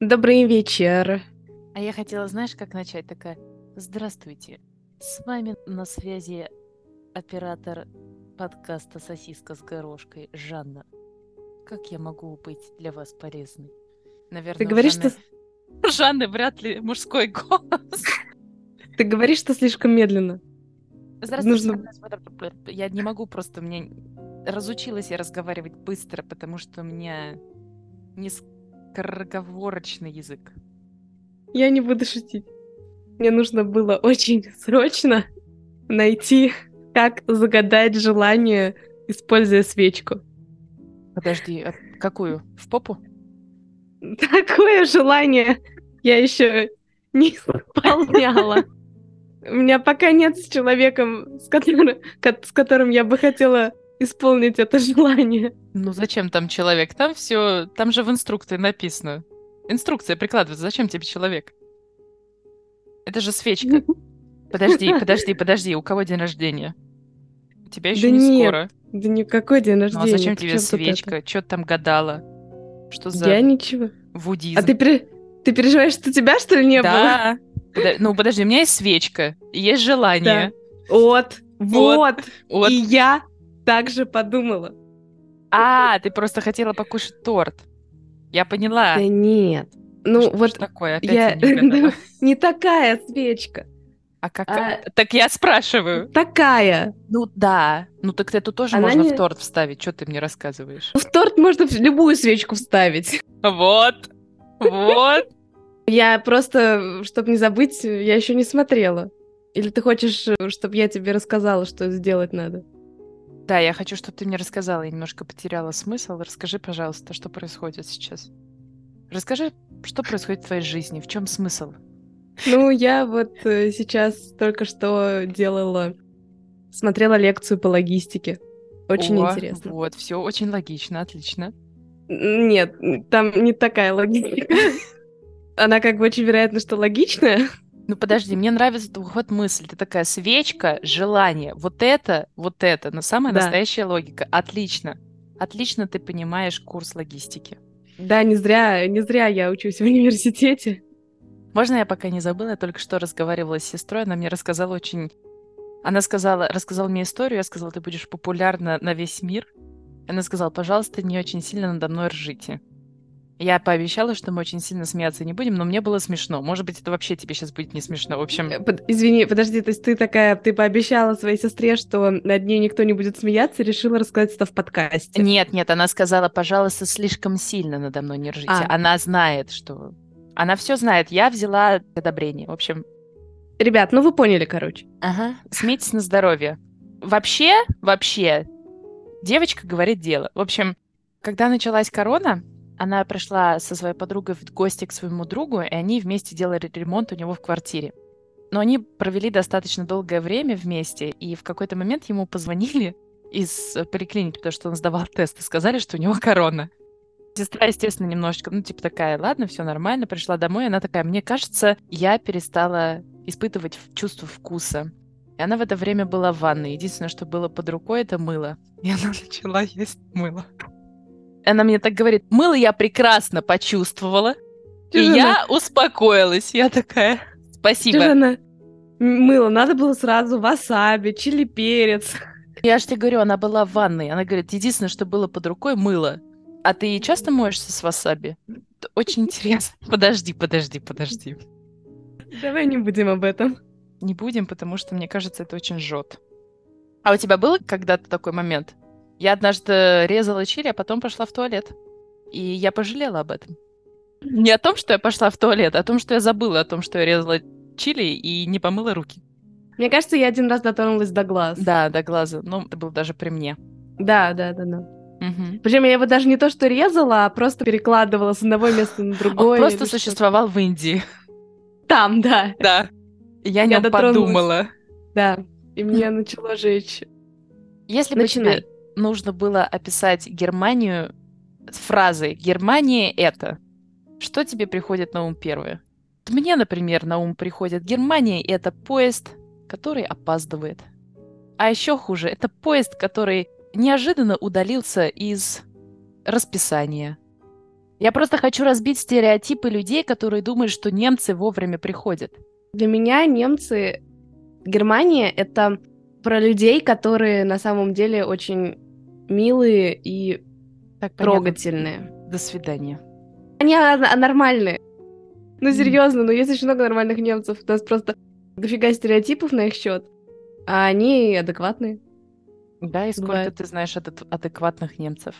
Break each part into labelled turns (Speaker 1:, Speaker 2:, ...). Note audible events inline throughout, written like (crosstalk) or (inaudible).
Speaker 1: Добрый вечер.
Speaker 2: А я хотела, знаешь, как начать? Такая, здравствуйте, с вами на связи оператор подкаста «Сосиска с горошкой» Жанна. Как я могу быть для вас полезной? Наверное,
Speaker 1: Ты
Speaker 2: у
Speaker 1: говоришь,
Speaker 2: Жанны... (laughs) у Жанны вряд ли мужской голос.
Speaker 1: Ты говоришь, что слишком медленно.
Speaker 2: Здравствуйте.
Speaker 1: Нужно-
Speaker 2: Жанна. Я не могу просто, мне разучилась я разговаривать быстро, потому что у меня не скороговорочный язык.
Speaker 1: Я не буду шутить. Мне нужно было (laughs) очень срочно найти, как загадать желание, используя свечку. (laughs)
Speaker 2: Подожди, а какую? В попу?
Speaker 1: Такое желание я еще не (laughs) исполняла. У меня пока нет с человеком, с которым, ко- с которым я бы хотела исполнить это (laughs) желание.
Speaker 2: Ну зачем там человек? Там все, там же в инструкции написано. Инструкция прикладывается. Зачем тебе человек? Это
Speaker 1: (laughs)
Speaker 2: же свечка. Подожди, подожди, подожди. У кого день рождения? У тебя еще
Speaker 1: Да
Speaker 2: не
Speaker 1: нет,
Speaker 2: скоро.
Speaker 1: Да никакой день рождения.
Speaker 2: Ну а зачем
Speaker 1: при
Speaker 2: тебе
Speaker 1: чем тут это?
Speaker 2: свечка? Че ты там гадала? Что за
Speaker 1: Я ничего.
Speaker 2: вудизм?
Speaker 1: А ты, пере- ты переживаешь, что тебя, что ли, не было?
Speaker 2: Да. Подо- Ну подожди, у меня есть свечка, и есть желание.
Speaker 1: Вот,
Speaker 2: Вот.
Speaker 1: вот,
Speaker 2: Вот.
Speaker 1: И я также подумала.
Speaker 2: А, ты просто хотела покушать торт. Я поняла.
Speaker 1: Да нет. Ну
Speaker 2: Что ж
Speaker 1: вот
Speaker 2: такое? Опять
Speaker 1: я ну, (laughs)
Speaker 2: я не угадала.
Speaker 1: не такая свечка,
Speaker 2: А какая? Так я спрашиваю.
Speaker 1: такая.
Speaker 2: Ну да. Ну так это тоже
Speaker 1: Она
Speaker 2: можно в
Speaker 1: не-
Speaker 2: торт вставить. Что ты мне рассказываешь?
Speaker 1: В торт можно в любую свечку вставить.
Speaker 2: Вот. Вот.
Speaker 1: Я просто, чтобы не забыть, я еще не смотрела. Или ты хочешь, чтобы я тебе рассказала, что сделать надо?
Speaker 2: Да, я хочу, чтобы ты мне рассказала. Я немножко потеряла смысл. Расскажи, пожалуйста, что происходит сейчас. Расскажи, что происходит в твоей жизни, в чем смысл?
Speaker 1: Ну, я вот э, сейчас только что делала, смотрела лекцию по логистике. Очень
Speaker 2: О,
Speaker 1: интересно.
Speaker 2: Вот, все очень логично, отлично.
Speaker 1: Н- Нет, н- там не такая логика. Она как бы очень вероятно, что логичная.
Speaker 2: Ну подожди, мне нравится твой ход мысли. Ты такая свечка, желание. Вот это, вот это. Но самая
Speaker 1: Да.
Speaker 2: настоящая логика. Отлично. Отлично ты понимаешь курс логистики.
Speaker 1: Да, не зря, не зря я учусь в университете.
Speaker 2: Можно я пока не забыла? Я только что разговаривала с сестрой, она мне рассказала очень... Она сказала, рассказала мне историю, я сказала, ты будешь популярна на весь мир. Она сказала, пожалуйста, не очень сильно надо мной ржите. Я пообещала, что мы очень сильно смеяться не будем, но мне было смешно. Может быть, это вообще тебе сейчас будет не смешно. В общем,
Speaker 1: Э, под- извини, подожди, то есть ты такая, ты пообещала своей сестре, что над ней никто не будет смеяться, решила рассказать это в подкасте.
Speaker 2: нет, нет, она сказала, пожалуйста, слишком сильно надо мной не ржите.
Speaker 1: А.
Speaker 2: Она знает, что... Она все знает. Я взяла одобрение. В общем,
Speaker 1: Ребят, ну вы поняли, короче.
Speaker 2: Ага. Смейтесь на здоровье. Вообще, вообще, девочка говорит дело. В общем, когда началась корона, она пришла со своей подругой в гости к своему другу, и они вместе делали ремонт у него в квартире. Но они провели достаточно долгое время вместе, и в какой-то момент ему позвонили из э, поликлиники, потому что он сдавал тест, и сказали, что у него корона. Сестра, естественно, немножечко, ну, типа такая, ладно, все нормально, пришла домой, и она такая, мне кажется, я перестала испытывать в- чувство вкуса. И она в это время была в ванной. Единственное, что было под рукой, это мыло. И она (laughs) начала есть мыло. Она мне так говорит, мыло я прекрасно почувствовала, и
Speaker 1: Чё же она-
Speaker 2: я успокоилась. Я такая,
Speaker 1: чё
Speaker 2: спасибо.
Speaker 1: же она м- Мыло, надо было сразу васаби, чили перец.
Speaker 2: Я же тебе говорю, она была в ванной. Она говорит, единственное, что было под рукой, мыло. А ты часто моешься с васаби? Это очень интересно. (laughs) Подожди, подожди, подожди.
Speaker 1: Давай не будем об этом.
Speaker 2: Не будем, потому что, мне кажется, это очень жжет. А у тебя был когда-то такой момент? Я однажды резала чили, а потом пошла в туалет. И я пожалела об этом. Не о том, что я пошла в туалет, а о том, что я забыла о том, что я резала чили и не помыла руки.
Speaker 1: Мне кажется, я один раз дотронулась до глаз.
Speaker 2: Да, до глаза. Ну, это было даже при мне.
Speaker 1: да, да, да. да.
Speaker 2: Мгм.
Speaker 1: Причем я его даже не то что резала, а просто перекладывала с одного места на другое.
Speaker 2: Он просто
Speaker 1: или что-то.
Speaker 2: существовал в Индии. (laughs)
Speaker 1: Там, да,
Speaker 2: Да. Я о
Speaker 1: Я
Speaker 2: нем
Speaker 1: дотронулась.
Speaker 2: подумала.
Speaker 1: да. И меня начало жечь.
Speaker 2: Если бы
Speaker 1: Начинай.
Speaker 2: тебе нужно было описать Германию с фразой «Германия — это», что тебе приходит на ум первое? Вот Мне, например, на ум приходит «Германия — это поезд, который опаздывает». А еще хуже — это поезд, который неожиданно удалился из расписания. Я просто хочу разбить стереотипы людей, которые думают, что немцы вовремя приходят.
Speaker 1: Для меня немцы, Германия — это про людей, которые на самом деле очень милые и
Speaker 2: Так, понятно.
Speaker 1: трогательные.
Speaker 2: До свидания.
Speaker 1: Они а- а, нормальные. Ну,
Speaker 2: Мгм.
Speaker 1: серьезно, ну есть очень много нормальных немцев. У нас просто дофига стереотипов на их счет. А они адекватные.
Speaker 2: Да, и сколько
Speaker 1: Бывает.
Speaker 2: ты знаешь адек- адекватных немцев?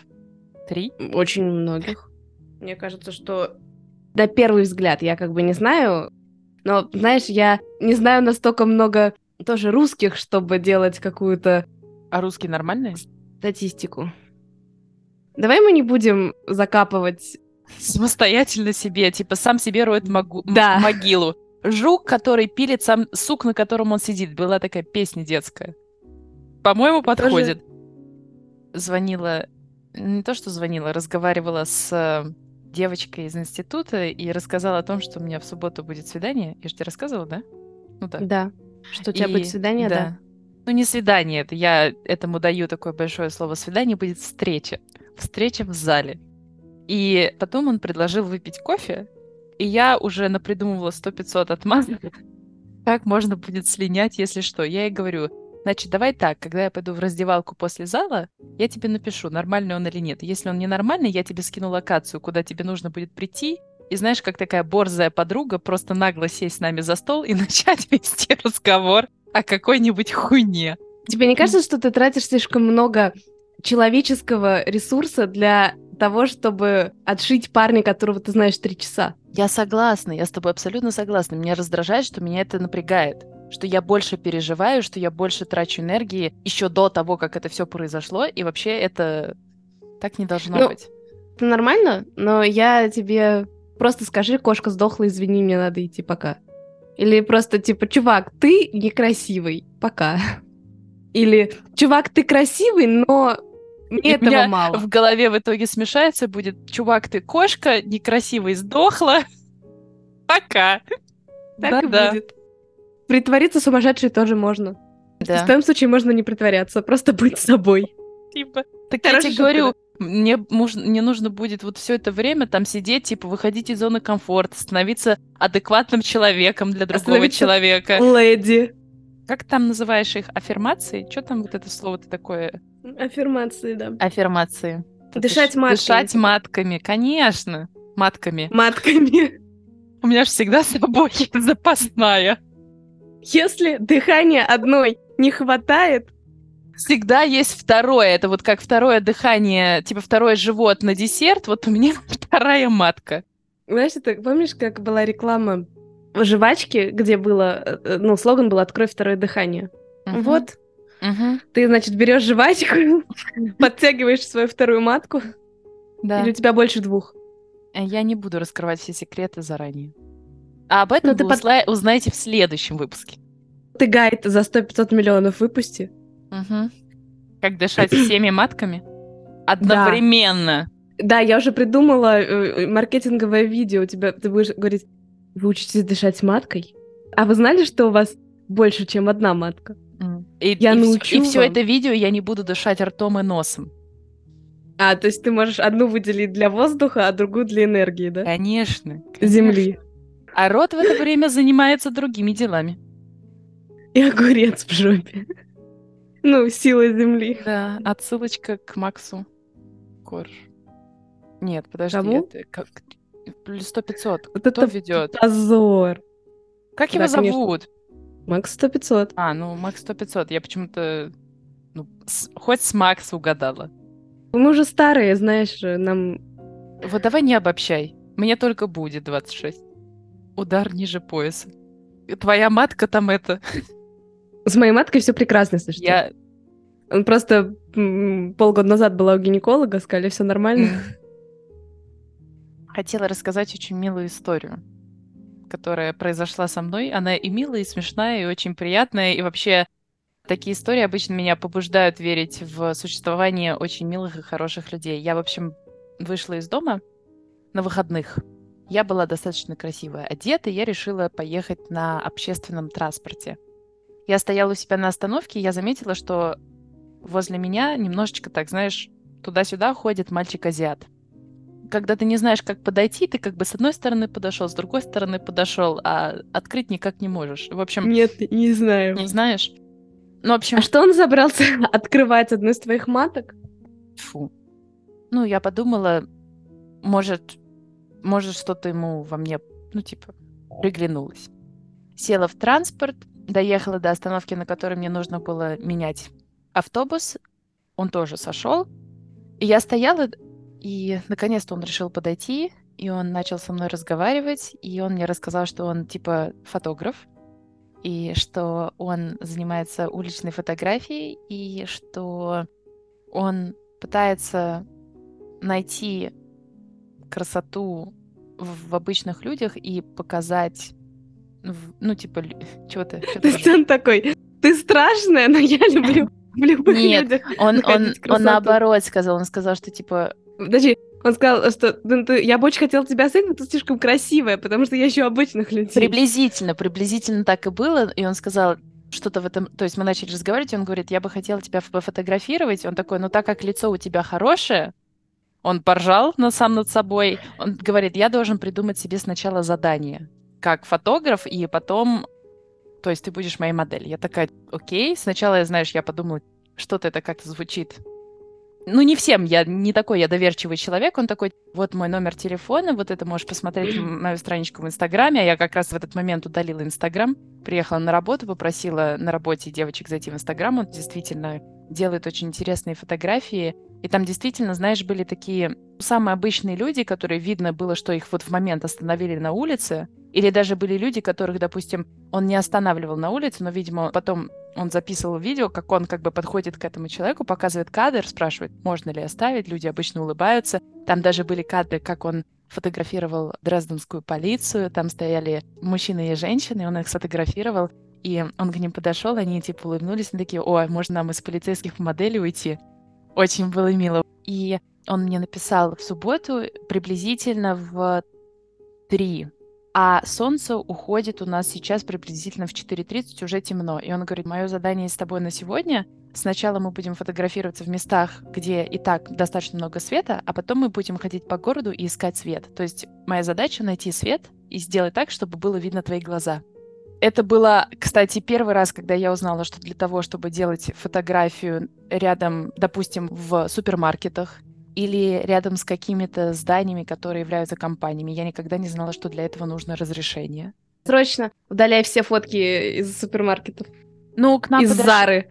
Speaker 2: Три?
Speaker 1: Очень многих. Мне кажется, что... Да, первый взгляд я как бы не знаю, но, знаешь, я не знаю настолько много тоже русских, чтобы делать какую-то
Speaker 2: А русские нормальные?
Speaker 1: статистику. Давай мы не будем закапывать...
Speaker 2: Самостоятельно себе, типа сам себе роет могу- м-
Speaker 1: Да.
Speaker 2: могилу. Жук, который пилит сам сук, на котором он сидит. Была такая песня детская. По-моему, подходит. Звонила, не то что звонила, разговаривала с э, девочкой из института и рассказала о том, что у меня в субботу будет свидание. Я же тебе рассказывала, да? Ну да.
Speaker 1: Да. э, Что у тебя
Speaker 2: И-
Speaker 1: будет свидание, да.
Speaker 2: Ну, не свидание, это я этому даю такое большое слово свидание, будет встреча. Встреча в зале. И потом он предложил выпить кофе, и я уже напридумывала 100-500 отмазок, (laughs) как можно будет слинять, если что. Я ей говорю, значит, давай так, когда я пойду в раздевалку после зала, я тебе напишу, нормальный он или нет. Если он ненормальный, я тебе скину локацию, куда тебе нужно будет прийти, и знаешь, как такая борзая подруга просто нагло сесть с нами за стол и (laughs) начать вести разговор о какой-нибудь хуйне.
Speaker 1: Тебе не кажется, что ты тратишь слишком много человеческого ресурса для того, чтобы отшить парня, которого ты знаешь три часа?
Speaker 2: Я согласна, я с тобой абсолютно согласна. Меня раздражает, что меня это напрягает что я больше переживаю, что я больше трачу энергии еще до того, как это все произошло, и вообще это так не должно
Speaker 1: Ну,
Speaker 2: быть.
Speaker 1: Это нормально, но я тебе просто скажи, кошка сдохла, извини, мне надо идти пока. Или просто типа, чувак, ты некрасивый, пока. (laughs) Или, чувак, ты красивый, но
Speaker 2: И
Speaker 1: мне
Speaker 2: у
Speaker 1: этого
Speaker 2: меня
Speaker 1: мало.
Speaker 2: В голове в итоге смешается будет «Чувак, ты кошка, некрасивый, сдохла, (laughs) пока».
Speaker 1: Так и
Speaker 2: Да-да.
Speaker 1: будет. Притвориться сумасшедшей тоже можно.
Speaker 2: Да.
Speaker 1: В твоем случае можно не притворяться, просто быть собой.
Speaker 2: Типа, так я
Speaker 1: Хорошая
Speaker 2: тебе
Speaker 1: шутка,
Speaker 2: говорю, мне, муж- мне нужно будет вот все это время там сидеть, типа, выходить из зоны комфорта, становиться адекватным человеком для другого
Speaker 1: Становиться-
Speaker 2: человека.
Speaker 1: Леди.
Speaker 2: Как там называешь их? Аффирмации? Что там вот это слово-то такое?
Speaker 1: Аффирмации, да.
Speaker 2: Аффирмации.
Speaker 1: Дышать
Speaker 2: Дыш-
Speaker 1: матками.
Speaker 2: А, Дышать матками, конечно. Матками.
Speaker 1: Матками. (laughs)
Speaker 2: У меня же всегда (laughs) с собой запасная.
Speaker 1: Если дыхания одной не хватает,
Speaker 2: Всегда есть второе. Это вот как второе дыхание, типа второй живот на десерт. Вот у меня (laughs) вторая матка.
Speaker 1: знаешь, это помнишь, как была реклама жвачки, где было, э, э, ну, слоган был «Открой второе дыхание».
Speaker 2: Мгм.
Speaker 1: Вот,
Speaker 2: Мгм.
Speaker 1: ты, значит, берешь жвачку, (laughs) подтягиваешь свою вторую матку,
Speaker 2: Да.
Speaker 1: или у тебя больше двух.
Speaker 2: Э, Я не буду раскрывать все секреты заранее. А об этом
Speaker 1: Ну, ты
Speaker 2: вы
Speaker 1: под-
Speaker 2: узла- узнаете в следующем выпуске.
Speaker 1: Ты гайд за 100-500 миллионов выпусти.
Speaker 2: Мгм. Как дышать всеми матками? Одновременно.
Speaker 1: Да, я уже придумала э, э, маркетинговое видео. У тебя ты будешь говорить, вы учитесь дышать маткой? А вы знали, что у вас больше, чем одна матка?
Speaker 2: М. И,
Speaker 1: Я
Speaker 2: и всё-
Speaker 1: научу
Speaker 2: и все
Speaker 1: вам.
Speaker 2: это видео я не буду дышать ртом и носом.
Speaker 1: А, то есть ты можешь одну выделить для воздуха, а другую для энергии,
Speaker 2: Э,
Speaker 1: да?
Speaker 2: Конечно. конечно.
Speaker 1: Земли.
Speaker 2: А рот в это время занимается другими делами.
Speaker 1: И огурец в жопе. Ну, сила земли.
Speaker 2: Да, отсылочка к Максу Корж. Нет, подожди.
Speaker 1: Кому?
Speaker 2: это как... Плюс 100-500.
Speaker 1: Вот
Speaker 2: Кто
Speaker 1: это
Speaker 2: ведет?
Speaker 1: позор.
Speaker 2: Как
Speaker 1: Да,
Speaker 2: его
Speaker 1: конечно.
Speaker 2: зовут?
Speaker 1: Макс сто пятьсот.
Speaker 2: А, ну Макс 100 500. Я почему-то ну, с- хоть с Макс угадала.
Speaker 1: Мы уже старые, знаешь, нам...
Speaker 2: Вот давай не обобщай. Мне только будет 26. Удар ниже пояса. И Твоя матка там это.
Speaker 1: С моей маткой все прекрасно, слушай.
Speaker 2: Я...
Speaker 1: Он просто м, полгода назад была у гинеколога, сказали, все нормально.
Speaker 2: М. Хотела рассказать очень милую историю, которая произошла со мной. Она и милая, и смешная, и очень приятная. И вообще, такие истории обычно меня побуждают верить в существование очень милых и хороших людей. Я, в общем, вышла из дома на выходных. Я была достаточно красивая одета, и я решила поехать на общественном транспорте. Я стояла у себя на остановке, и я заметила, что возле меня немножечко так, знаешь, туда-сюда ходит мальчик-азиат. когда ты не знаешь, как подойти, ты как бы с одной стороны подошел, с другой стороны подошел, а открыть никак не можешь. В общем,
Speaker 1: Нет, не знаю.
Speaker 2: не знаешь. Ну, в общем,
Speaker 1: А что он забрался (laughs) открывать одну из твоих маток? (laughs)
Speaker 2: Фу. Ну, я подумала, может, может что-то ему во мне, ну, типа, приглянулось. Села в транспорт, доехала до остановки, на которой мне нужно было менять автобус. Он тоже сошел. И я стояла, и наконец-то он решил подойти, и он начал со мной разговаривать, и он мне рассказал, что он, типа, фотограф, и что он занимается уличной фотографией, и что он пытается найти красоту в, в обычных людях и показать, в- ну, типа, (laughs) чего ты? чё
Speaker 1: (laughs) То
Speaker 2: ты
Speaker 1: есть
Speaker 2: ржёшь?
Speaker 1: он такой, ты страшная, но я люблю в любых
Speaker 2: Нет,
Speaker 1: людях.
Speaker 2: Он, он,
Speaker 1: находить
Speaker 2: он
Speaker 1: красоту.
Speaker 2: наоборот сказал, он сказал, что, типа,
Speaker 1: Подожди, он сказал, что «Ну, ты- я бы очень хотела тебя сыграть, но ты слишком красивая, потому что я еще обычных людей.
Speaker 2: приблизительно, приблизительно так и было, и он сказал что-то в этом, то есть мы начали разговаривать, и он говорит, я бы хотела тебя ф- пофотографировать, он такой, ну, так как лицо у тебя хорошее, он поржал на, сам над собой, он говорит, я должен придумать себе сначала задание, как фотограф, и потом, то есть ты будешь моей моделью. Я такая, окей, сначала, знаешь, я подумала, что-то это как-то звучит. Ну, не всем, я не такой, я доверчивый человек, он такой, вот мой номер телефона, вот это можешь посмотреть м- мою страничку в Инстаграме, а я как раз в этот момент удалила Инстаграм, приехала на работу, попросила на работе девочек зайти в Инстаграм, он действительно делает очень интересные фотографии, и там действительно, знаешь, были такие самые обычные люди, которые видно было, что их вот в момент остановили на улице, или даже были люди, которых, допустим, он не останавливал на улице, но, видимо, потом он записывал видео, как он как бы подходит к этому человеку, показывает кадр, спрашивает, можно ли оставить, люди обычно улыбаются. Там даже были кадры, как он фотографировал дрезденскую полицию, там стояли мужчины и женщины, и он их сфотографировал, и он к ним подошел, они типа улыбнулись, они такие, ой, можно нам из полицейских моделей уйти? Очень было мило. И он мне написал в субботу приблизительно в три. А солнце уходит у нас сейчас приблизительно в 4.30, уже темно. И он говорит, мое задание с тобой на сегодня, сначала мы будем фотографироваться в местах, где и так достаточно много света, а потом мы будем ходить по городу и искать свет. То есть моя задача найти свет и сделать так, чтобы было видно твои глаза. Это было, кстати, первый раз, когда я узнала, что для того, чтобы делать фотографию рядом, допустим, в супермаркетах или рядом с какими-то зданиями, которые являются компаниями, я никогда не знала, что для этого нужно разрешение.
Speaker 1: Срочно удаляй все фотки из супермаркетов,
Speaker 2: Ну, к нам,
Speaker 1: из
Speaker 2: подош-
Speaker 1: Зары.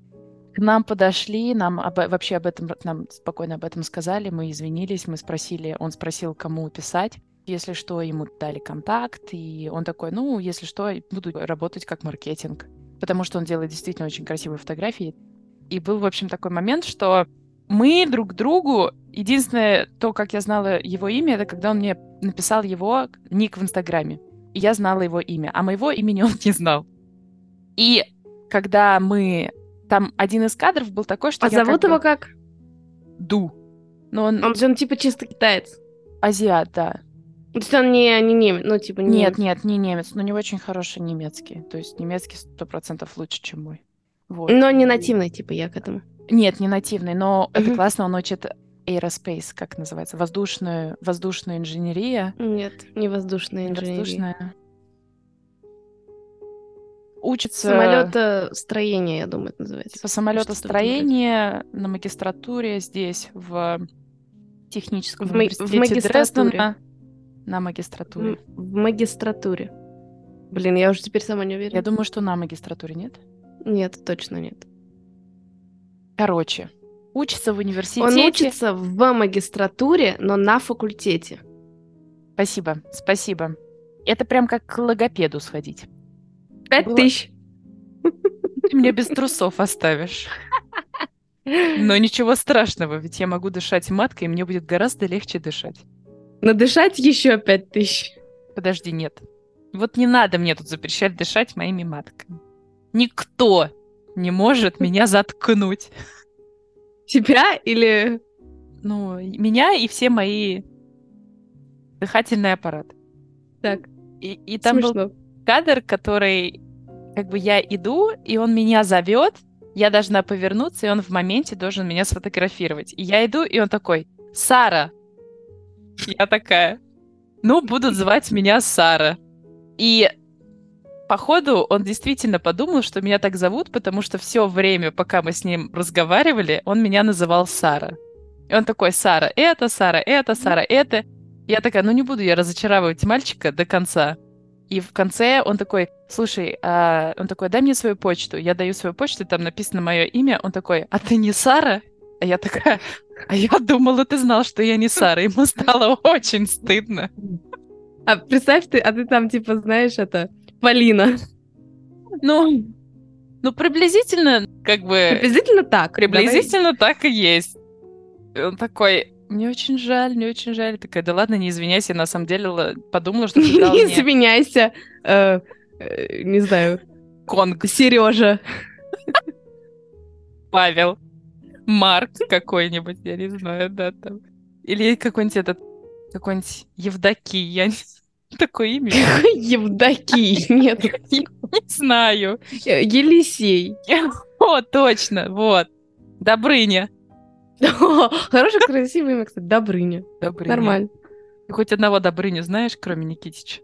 Speaker 2: к нам подошли, нам обо- вообще об этом, нам спокойно об этом сказали, мы извинились, мы спросили, он спросил, кому писать. Если что, ему дали контакт, и он такой, ну, если что, буду работать как маркетинг, потому что он делает действительно очень красивые фотографии. И был, в общем, такой момент, что мы друг другу, единственное, то, как я знала его имя, это когда он мне написал его ник в Инстаграме. И я знала его имя, а моего имени он (laughs) не знал. И когда мы... Там один из кадров был такой, что
Speaker 1: А
Speaker 2: я как
Speaker 1: зовут
Speaker 2: бы-
Speaker 1: его как?
Speaker 2: Ду. Но он
Speaker 1: Он же он типа чисто китаец.
Speaker 2: азиат, да.
Speaker 1: То есть он не, не немец, ну типа не...
Speaker 2: Нет, нет, не немец, но у него очень хороший немецкий. То есть немецкий сто процентов лучше, чем мой. Вот.
Speaker 1: Но не нативный, типа я к этому.
Speaker 2: Нет, не нативный, но это
Speaker 1: Мгм.
Speaker 2: классно, он учит aerospace, как называется, воздушную, воздушную инженерия.
Speaker 1: Нет, не воздушная инженерия.
Speaker 2: Воздушная.
Speaker 1: Типа,
Speaker 2: Учится
Speaker 1: Самолетостроение, я думаю, это называется.
Speaker 2: типа самолетостроение на магистратуре здесь, в техническом
Speaker 1: В ма- в
Speaker 2: университете
Speaker 1: магистратуре.
Speaker 2: Дрездена. На магистратуре.
Speaker 1: М, В магистратуре. Блин, я уже теперь сама не уверена.
Speaker 2: Я думаю, что на магистратуре нет.
Speaker 1: Нет, точно нет.
Speaker 2: Короче, учится в университете.
Speaker 1: Он учится в магистратуре, но на факультете.
Speaker 2: Спасибо, спасибо. Это прям как к логопеду сходить.
Speaker 1: Пять (laughs)
Speaker 2: Было-
Speaker 1: тысяч.
Speaker 2: Ты меня без трусов оставишь. Но ничего страшного, ведь я могу дышать маткой, и мне будет гораздо легче дышать.
Speaker 1: Надышать еще пять тысяч.
Speaker 2: Подожди, нет. Вот не надо мне тут запрещать дышать моими матками. Никто не может меня заткнуть.
Speaker 1: Тебя или...
Speaker 2: Ну, и меня и все мои дыхательные аппараты.
Speaker 1: Так,
Speaker 2: И, и там был
Speaker 1: смешно.
Speaker 2: кадр, который как бы я иду, и он меня зовет, я должна повернуться, и он в моменте должен меня сфотографировать. И я иду, и он такой, Сара, Я такая. Ну, будут звать меня Сара. И походу он действительно подумал, что меня так зовут, потому что все время, пока мы с ним разговаривали, он меня называл Сара. И он такой, Сара это, Сара это, Сара это. Я такая, ну не буду я разочаровывать мальчика до конца. И в конце он такой, слушай, а, он такой, дай мне свою почту. Я даю свою почту, там написано мое имя. Он такой, а ты не Сара? А я такая, а я думала, ты знал, что я не Сара. Ему стало очень стыдно.
Speaker 1: А представь ты, а ты там типа знаешь это, Полина.
Speaker 2: Ну, ну приблизительно, как бы,
Speaker 1: Приблизительно так.
Speaker 2: приблизительно так и есть. И Он такой, мне очень жаль, мне очень жаль. Я Такая, да ладно, не извиняйся, я на самом деле л-
Speaker 1: (laughs)
Speaker 2: подумала, что ты дал
Speaker 1: Давай. Не
Speaker 2: мне
Speaker 1: извиняйся. э, э, Не знаю.
Speaker 2: Конг,
Speaker 1: Сережа. (laughs)
Speaker 2: Павел, Марк какой-нибудь, я не знаю, да, там. Или какой-нибудь этот, какой-нибудь Евдокий, я не знаю, (laughs) такое имя, я
Speaker 1: Евдокий. Нет.
Speaker 2: не знаю.
Speaker 1: Е- Елисей. (laughs)
Speaker 2: О, точно, вот. Добрыня.
Speaker 1: О, Хорошее, красивое имя, кстати. Добрыня.
Speaker 2: Добрыня.
Speaker 1: Нормально.
Speaker 2: Ты хоть одного Добрыню знаешь, кроме Никитича?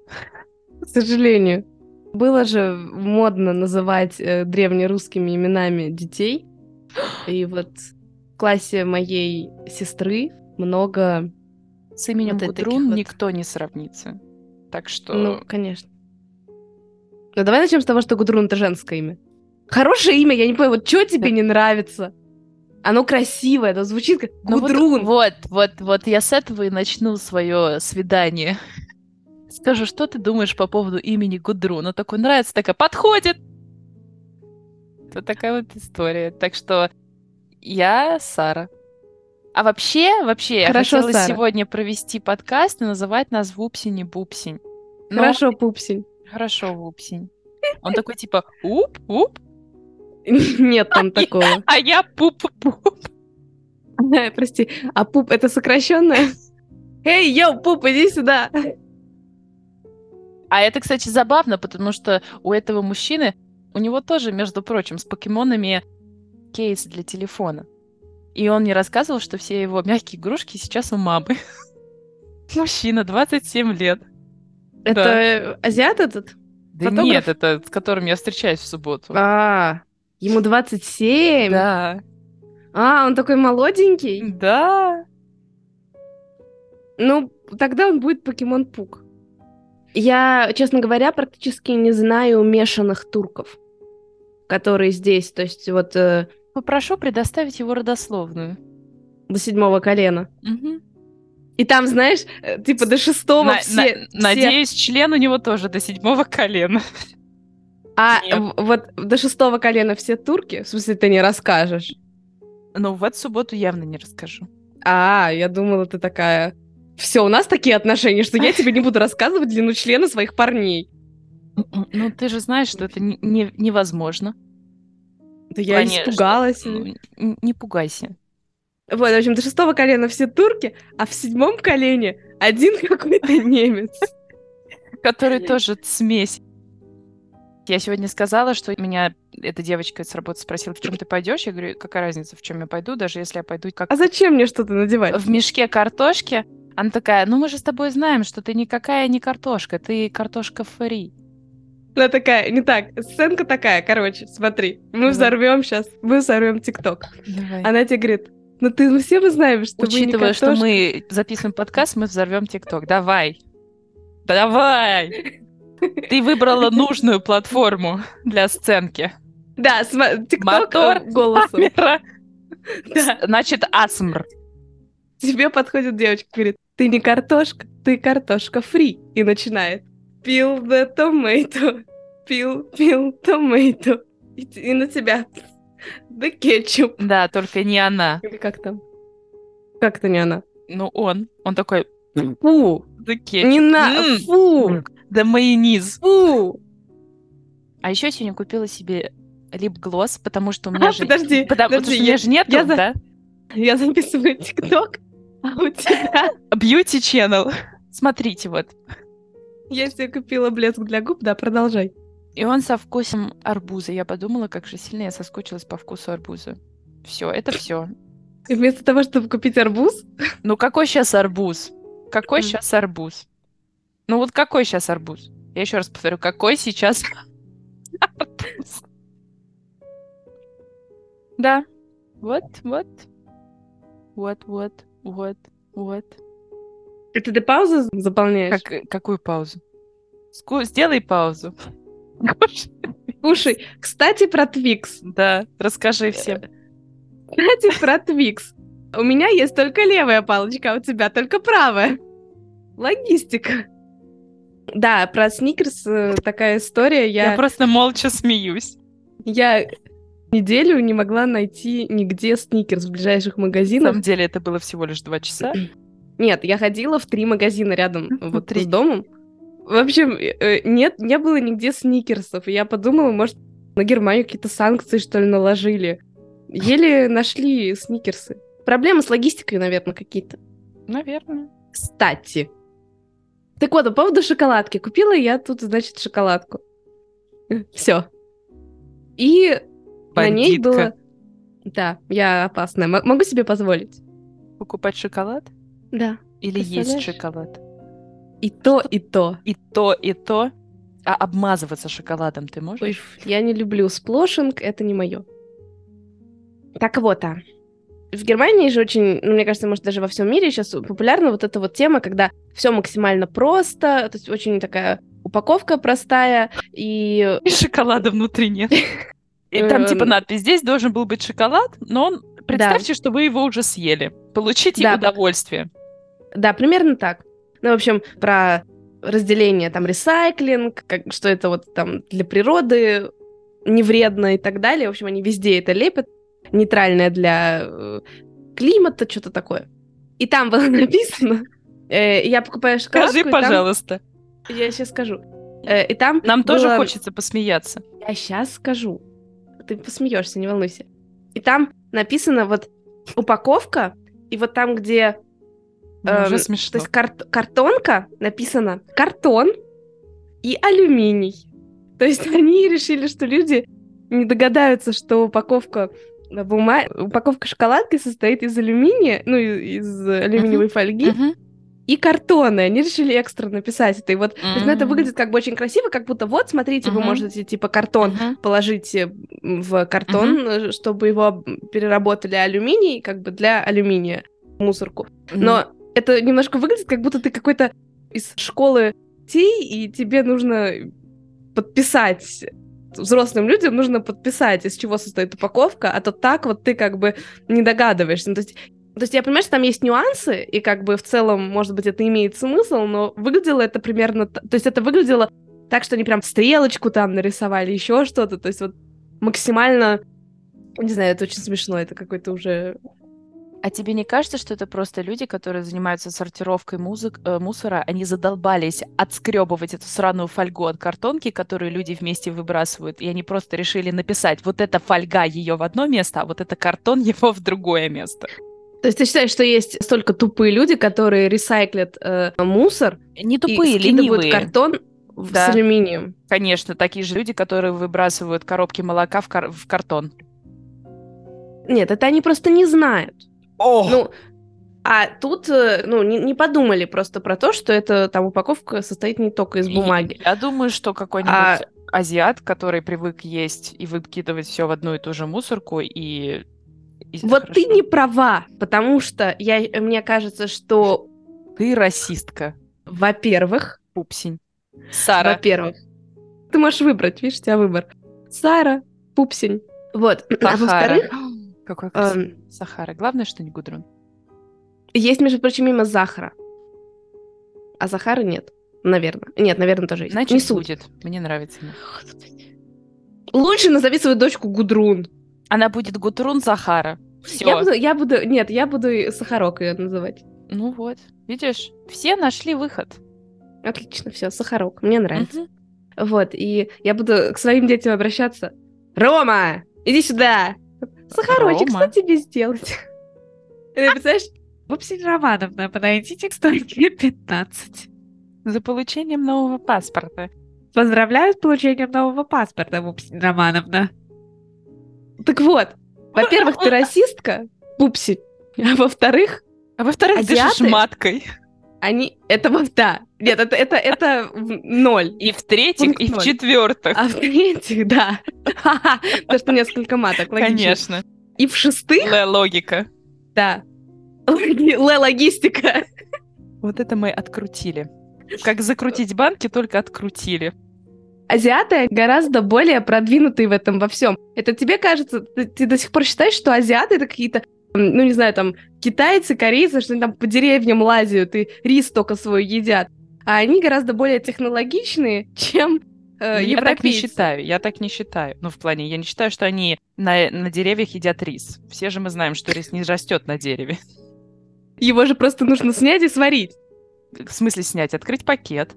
Speaker 1: К сожалению. Было же модно называть э, древнерусскими именами детей. И вот в классе моей сестры много...
Speaker 2: С именем
Speaker 1: Вот и таких
Speaker 2: Гудрун
Speaker 1: вот.
Speaker 2: никто не сравнится. Так что...
Speaker 1: Ну, конечно. Ну, давай начнем с того, что Гудрун — это женское имя. Хорошее имя, я не понимаю, вот что тебе не нравится? Оно красивое, оно звучит как
Speaker 2: Ну вот-
Speaker 1: Гудрун.
Speaker 2: Вот, вот, вот, я с этого и начну свое свидание. Скажу, что ты думаешь по поводу имени Гудрун? Он такой нравится, такая подходит. Вот такая вот история. Так что я Сара. А вообще, вообще,
Speaker 1: Хорошо,
Speaker 2: я хотела
Speaker 1: Сара.
Speaker 2: сегодня провести подкаст и называть нас Вупсень и Бупсень. Но-
Speaker 1: Хорошо, пупсень. (laughs)
Speaker 2: Хорошо, Вупсень. Он такой типа уп, уп,
Speaker 1: Нет там
Speaker 2: (laughs)
Speaker 1: такого.
Speaker 2: а я пуп-пуп.
Speaker 1: Прости. А пуп — это сокращенное? (laughs) Эй, йоу, пуп, иди сюда!
Speaker 2: А это, кстати, забавно, потому что у этого мужчины, у него тоже, между прочим, с покемонами кейс для телефона. И он мне рассказывал, что все его мягкие игрушки сейчас у мамы. (laughs) Мужчина, 27 лет.
Speaker 1: Это
Speaker 2: Да.
Speaker 1: э, азиат этот?
Speaker 2: Да
Speaker 1: Фотограф?
Speaker 2: нет, это с которым я встречаюсь в субботу.
Speaker 1: А, ему 27.
Speaker 2: Да.
Speaker 1: А, он такой молоденький.
Speaker 2: Да.
Speaker 1: Ну, тогда он будет покемон Пук. Я, честно говоря, практически не знаю мешанных турков, которые здесь, то есть вот э,
Speaker 2: Попрошу предоставить его родословную.
Speaker 1: до седьмого колена. И там, знаешь, э, типа до шестого
Speaker 2: На-
Speaker 1: все,
Speaker 2: на-
Speaker 1: все-
Speaker 2: Надеюсь, член у него тоже до седьмого колена.
Speaker 1: А
Speaker 2: нет.
Speaker 1: в- вот до шестого колена все турки, в смысле, ты не расскажешь.
Speaker 2: (laughs) Ну, в эту субботу явно не расскажу.
Speaker 1: А, я думала, ты такая... Все, у нас такие отношения, что я тебе не буду рассказывать длину члена своих парней.
Speaker 2: Ну, ты же знаешь, что это не- не- невозможно.
Speaker 1: Да я
Speaker 2: плане,
Speaker 1: испугалась.
Speaker 2: Ну, н- не пугайся.
Speaker 1: Вот, в общем, до шестого колена все турки, а в седьмом колене один (laughs) какой-то немец.
Speaker 2: Который тоже смесь. Я сегодня сказала, что меня эта девочка с работы спросила, в чем ты пойдешь. Я говорю, какая разница, в чем я пойду, даже если я пойду как
Speaker 1: А зачем мне что-то надевать?
Speaker 2: в мешке картошки. Она такая, ну мы же с тобой знаем, что ты никакая не картошка, ты картошка фри.
Speaker 1: Она такая, не так, сценка такая, короче, смотри, мы
Speaker 2: Ну.
Speaker 1: взорвем сейчас, мы взорвем ТикТок. Она тебе говорит, ну ты, ну все мы знаем, что вы не
Speaker 2: Учитывая, что
Speaker 1: картошка».
Speaker 2: мы записываем подкаст, мы взорвем ТикТок. Давай. Да
Speaker 1: (laughs)
Speaker 2: Давай! Ты выбрала нужную платформу для сценки.
Speaker 1: Да, сма- ТикТок
Speaker 2: Мотор,
Speaker 1: э, голосом.
Speaker 2: Камера.
Speaker 1: Да.
Speaker 2: Значит, асмр.
Speaker 1: Тебе подходит девочка, говорит, ты не картошка, ты картошка фри. И начинает. Peel the tomato. Peel, peel tomato. И, т- и на тебя. (laughs) The ketchup.
Speaker 2: Да, только не она.
Speaker 1: Или как там? Как то не она?
Speaker 2: Ну, он. Он такой,
Speaker 1: Фу.
Speaker 2: да кетчуп».
Speaker 1: Не на...
Speaker 2: М,
Speaker 1: Фу.
Speaker 2: Да майонез.
Speaker 1: Фу.
Speaker 2: А еще я сегодня купила себе лип-глосс, потому (laughs) что у меня
Speaker 1: А,
Speaker 2: же...
Speaker 1: подожди,
Speaker 2: Потому потому
Speaker 1: подожди,
Speaker 2: что у меня
Speaker 1: я,
Speaker 2: же нету,
Speaker 1: я за-
Speaker 2: да?
Speaker 1: я записываю тикток, а у тебя...
Speaker 2: Beauty channel. Смотрите вот.
Speaker 1: Я себе купила блеск для губ, да, продолжай.
Speaker 2: И он со вкусом арбуза. Я подумала, как же сильно я соскучилась по вкусу арбуза. Все, это все.
Speaker 1: И вместо того, чтобы купить арбуз,
Speaker 2: Ну какой сейчас арбуз? Какой
Speaker 1: Мгм.
Speaker 2: сейчас арбуз? Ну вот какой сейчас арбуз? Я еще раз повторю, какой сейчас (laughs) арбуз? Да. Вот, вот. Вот, вот, вот, вот.
Speaker 1: Это ты паузу заполняешь?
Speaker 2: Как- какую паузу? Ску-
Speaker 1: (laughs)
Speaker 2: Сделай паузу.
Speaker 1: Слушай, кстати, про Твикс. Э,
Speaker 2: Да, расскажи всем.
Speaker 1: Кстати, про Твикс. У меня есть только левая палочка, а у тебя только правая. Логистика. Да, про сникерс э, такая история.
Speaker 2: Я
Speaker 1: Я,
Speaker 2: просто молча смеюсь.
Speaker 1: я неделю не могла найти нигде сникерс в ближайших
Speaker 2: На
Speaker 1: магазинах.
Speaker 2: самом деле это было всего лишь два часа.
Speaker 1: Нет, я ходила в три магазина рядом вот
Speaker 2: Три.
Speaker 1: с домом. В общем, э, э, нет, не было нигде сникерсов. И я подумала, может, на Германию какие-то санкции, что ли, наложили. Еле нашли сникерсы. Проблемы с логистикой, наверное, какие-то.
Speaker 2: Наверное.
Speaker 1: Кстати. Так вот, по поводу шоколадки. Купила я тут, значит, шоколадку. Все. И на ней
Speaker 2: Бандитка.
Speaker 1: было... Да, я опасная. М- могу себе позволить?
Speaker 2: Покупать шоколад
Speaker 1: Да.
Speaker 2: или есть
Speaker 1: Представляешь?
Speaker 2: шоколад?
Speaker 1: И то, и то.
Speaker 2: И то, и то. А обмазываться шоколадом ты можешь?
Speaker 1: Ой, ф- я не люблю сплошинг, это не мое. Так вот, а. В Германии же очень, ну, мне кажется, может, даже во всем мире сейчас популярна вот эта вот тема, когда все максимально просто, то есть очень такая упаковка простая, и
Speaker 2: И шоколада внутри нет. И там типа
Speaker 1: Эм.
Speaker 2: надпись, здесь должен был быть шоколад, но он... Представьте, что вы его уже съели. Получите
Speaker 1: Да.
Speaker 2: удовольствие.
Speaker 1: Да, примерно так. Ну, в общем, про разделение там ресайклинг, как, что это вот там для природы не вредно и так далее. В общем, они везде это лепят. Нейтральное для э, климата, что-то такое. И там было (laughs) написано... э, я покупаю шоколадку...
Speaker 2: Скажи,
Speaker 1: и там-
Speaker 2: пожалуйста.
Speaker 1: я сейчас скажу. Э, и там...
Speaker 2: Нам тоже
Speaker 1: было-
Speaker 2: хочется посмеяться.
Speaker 1: Я сейчас скажу. Ты посмеешься, не волнуйся. И там написано вот упаковка, и вот там, где
Speaker 2: Ну, Уже
Speaker 1: Эм, То
Speaker 2: смешно.
Speaker 1: есть карт- картонка написано картон и алюминий. То есть (laughs) они решили, что люди не догадаются, что упаковка на бума... упаковка шоколадки состоит из алюминия, ну, и- из, алюминиевой фольги
Speaker 2: Мгм.
Speaker 1: и картона. Они решили экстра написать это. И вот, то есть, ну, это
Speaker 2: М.
Speaker 1: выглядит как бы очень красиво, как будто вот, смотрите, вы
Speaker 2: Мгм.
Speaker 1: можете, типа, картон
Speaker 2: Мгм.
Speaker 1: положить э, м, в картон, э, чтобы его об- переработали алюминий, как бы для алюминия мусорку.
Speaker 2: М.
Speaker 1: Но это немножко выглядит, как будто ты какой-то из школы детей, и тебе нужно подписать взрослым людям нужно подписать, из чего состоит упаковка, а то так вот ты как бы не догадываешься. Ну, то, есть, то есть я понимаю, что там есть нюансы, и как бы в целом, может быть, это имеет смысл, но выглядело это примерно... т- То есть это выглядело так, что они прям стрелочку там нарисовали, еще что-то. То есть вот максимально... Не знаю, это очень смешно, это какой-то уже...
Speaker 2: А тебе не кажется, что это просто люди, которые занимаются сортировкой музык- э, мусора, они задолбались отскребывать эту сраную фольгу от картонки, которую люди вместе выбрасывают, и они просто решили написать, вот эта фольга ее в одно место, а вот это картон (laughs) его в другое место.
Speaker 1: То есть ты считаешь, что есть столько тупые люди, которые ресайклят э, мусор
Speaker 2: Не тупые,
Speaker 1: и скидывают
Speaker 2: ленивые.
Speaker 1: картон в-
Speaker 2: Да.
Speaker 1: с алюминием?
Speaker 2: Конечно, такие же люди, которые выбрасывают коробки молока в, кар- в картон.
Speaker 1: Нет, это они просто не знают.
Speaker 2: О!
Speaker 1: Ну, а тут, э, ну, не, не подумали просто про то, что это там упаковка состоит не только Ну, из бумаги.
Speaker 2: Я думаю, что какой-нибудь
Speaker 1: А-
Speaker 2: азиат, который привык есть и выкидывать все в одну и ту же мусорку, и... и это
Speaker 1: Вот ты
Speaker 2: хорошо.
Speaker 1: не права, потому что я, мне кажется, что,
Speaker 2: Ты расистка,
Speaker 1: во-первых,
Speaker 2: пупсень. Сара.
Speaker 1: Во-первых. Ты можешь выбрать, видишь, у тебя выбор. Сара, пупсень. Вот. А
Speaker 2: Сахара.
Speaker 1: во-вторых,
Speaker 2: Какой красивый
Speaker 1: эм,
Speaker 2: Сахара. Главное, что не Гудрун.
Speaker 1: есть, между прочим, мимо Захара. А Захара нет. Наверное. Нет, наверное, тоже есть.
Speaker 2: Иначе
Speaker 1: не суть.
Speaker 2: будет. Мне нравится. имя.
Speaker 1: Лучше назови свою дочку Гудрун.
Speaker 2: Она будет Гудрун Сахара. Все.
Speaker 1: Я буду, я буду, нет, я буду и Сахарок ее называть.
Speaker 2: Ну вот. Видишь, все нашли выход.
Speaker 1: Отлично, все, Сахарок, мне нравится.
Speaker 2: Мгм.
Speaker 1: Вот, и я буду к своим детям обращаться. Рома, иди сюда. Сахарочек,
Speaker 2: Рома.
Speaker 1: что тебе сделать? Ты представляешь,
Speaker 3: Пупсень Романовна, подойдите к стойке 15.
Speaker 2: За получением нового паспорта.
Speaker 3: Поздравляю с получением нового паспорта, Пупсень Романовна.
Speaker 1: Так вот, во-первых, ты расистка, пупси, а во-вторых,
Speaker 2: А во-вторых, дышишь
Speaker 1: Азиаты?
Speaker 2: маткой.
Speaker 1: Они... Это вот да. Нет, это, это, это в- ноль.
Speaker 2: И в третьих,
Speaker 1: Пункт
Speaker 2: и в
Speaker 1: ноль.
Speaker 2: четвертых.
Speaker 1: А в третьих, да. Ха-ха. Потому что несколько маток, логично.
Speaker 2: Конечно.
Speaker 1: И в шестых,
Speaker 2: Л- Логика.
Speaker 1: да. Логи- Л-логистика.
Speaker 2: Вот это мы открутили. Как закрутить банки, только открутили.
Speaker 1: Азиаты гораздо более продвинутые в этом во всем. Это тебе кажется, ты, ты до сих пор считаешь, что азиаты это какие-то, м, ну не знаю, там китайцы, корейцы, что они там по деревням лазят и рис только свой едят. А они гораздо более технологичные, (laughs) чем э,
Speaker 2: Ну, я так не
Speaker 1: европейцы.
Speaker 2: считаю, я так не считаю. Ну, в плане, я не считаю, что они на, на деревьях едят рис. Все же мы знаем, что рис не растет на дереве. (laughs)
Speaker 1: Его же просто нужно снять и сварить.
Speaker 2: В смысле снять? Открыть пакет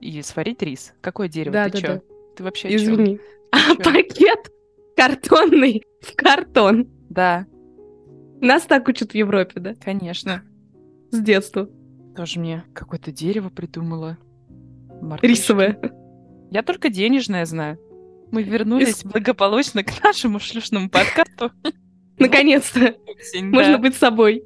Speaker 2: и сварить рис. Какое дерево?
Speaker 1: Да,
Speaker 2: Ты
Speaker 1: да,
Speaker 2: чё?
Speaker 1: да.
Speaker 2: Ты вообще о чём?
Speaker 1: Извини.
Speaker 2: Ты
Speaker 1: (laughs) А
Speaker 2: чё?
Speaker 1: пакет картонный в картон.
Speaker 2: Да,
Speaker 1: Нас так учат в Европе, да?
Speaker 2: конечно.
Speaker 1: С детства.
Speaker 2: Тоже мне какое-то дерево придумала. Мартышки.
Speaker 1: Рисовое.
Speaker 2: Я только денежное знаю. Мы вернулись благополучно к нашему шлюшному подкасту.
Speaker 1: Наконец-то. Можно
Speaker 2: Да.
Speaker 1: быть собой.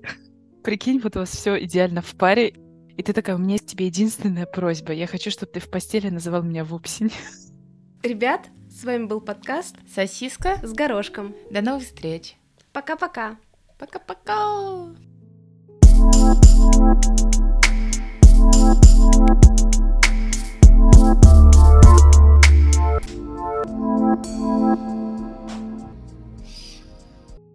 Speaker 2: Прикинь, вот у вас все идеально в паре. И ты такая, у меня есть тебе единственная просьба. Я хочу, чтобы ты в постели называл меня Вупсень.
Speaker 1: Ребят, с вами был подкаст
Speaker 4: Сосиска.
Speaker 1: с горошком.
Speaker 4: До новых встреч.
Speaker 1: Пока-пока.
Speaker 4: Пока-пока.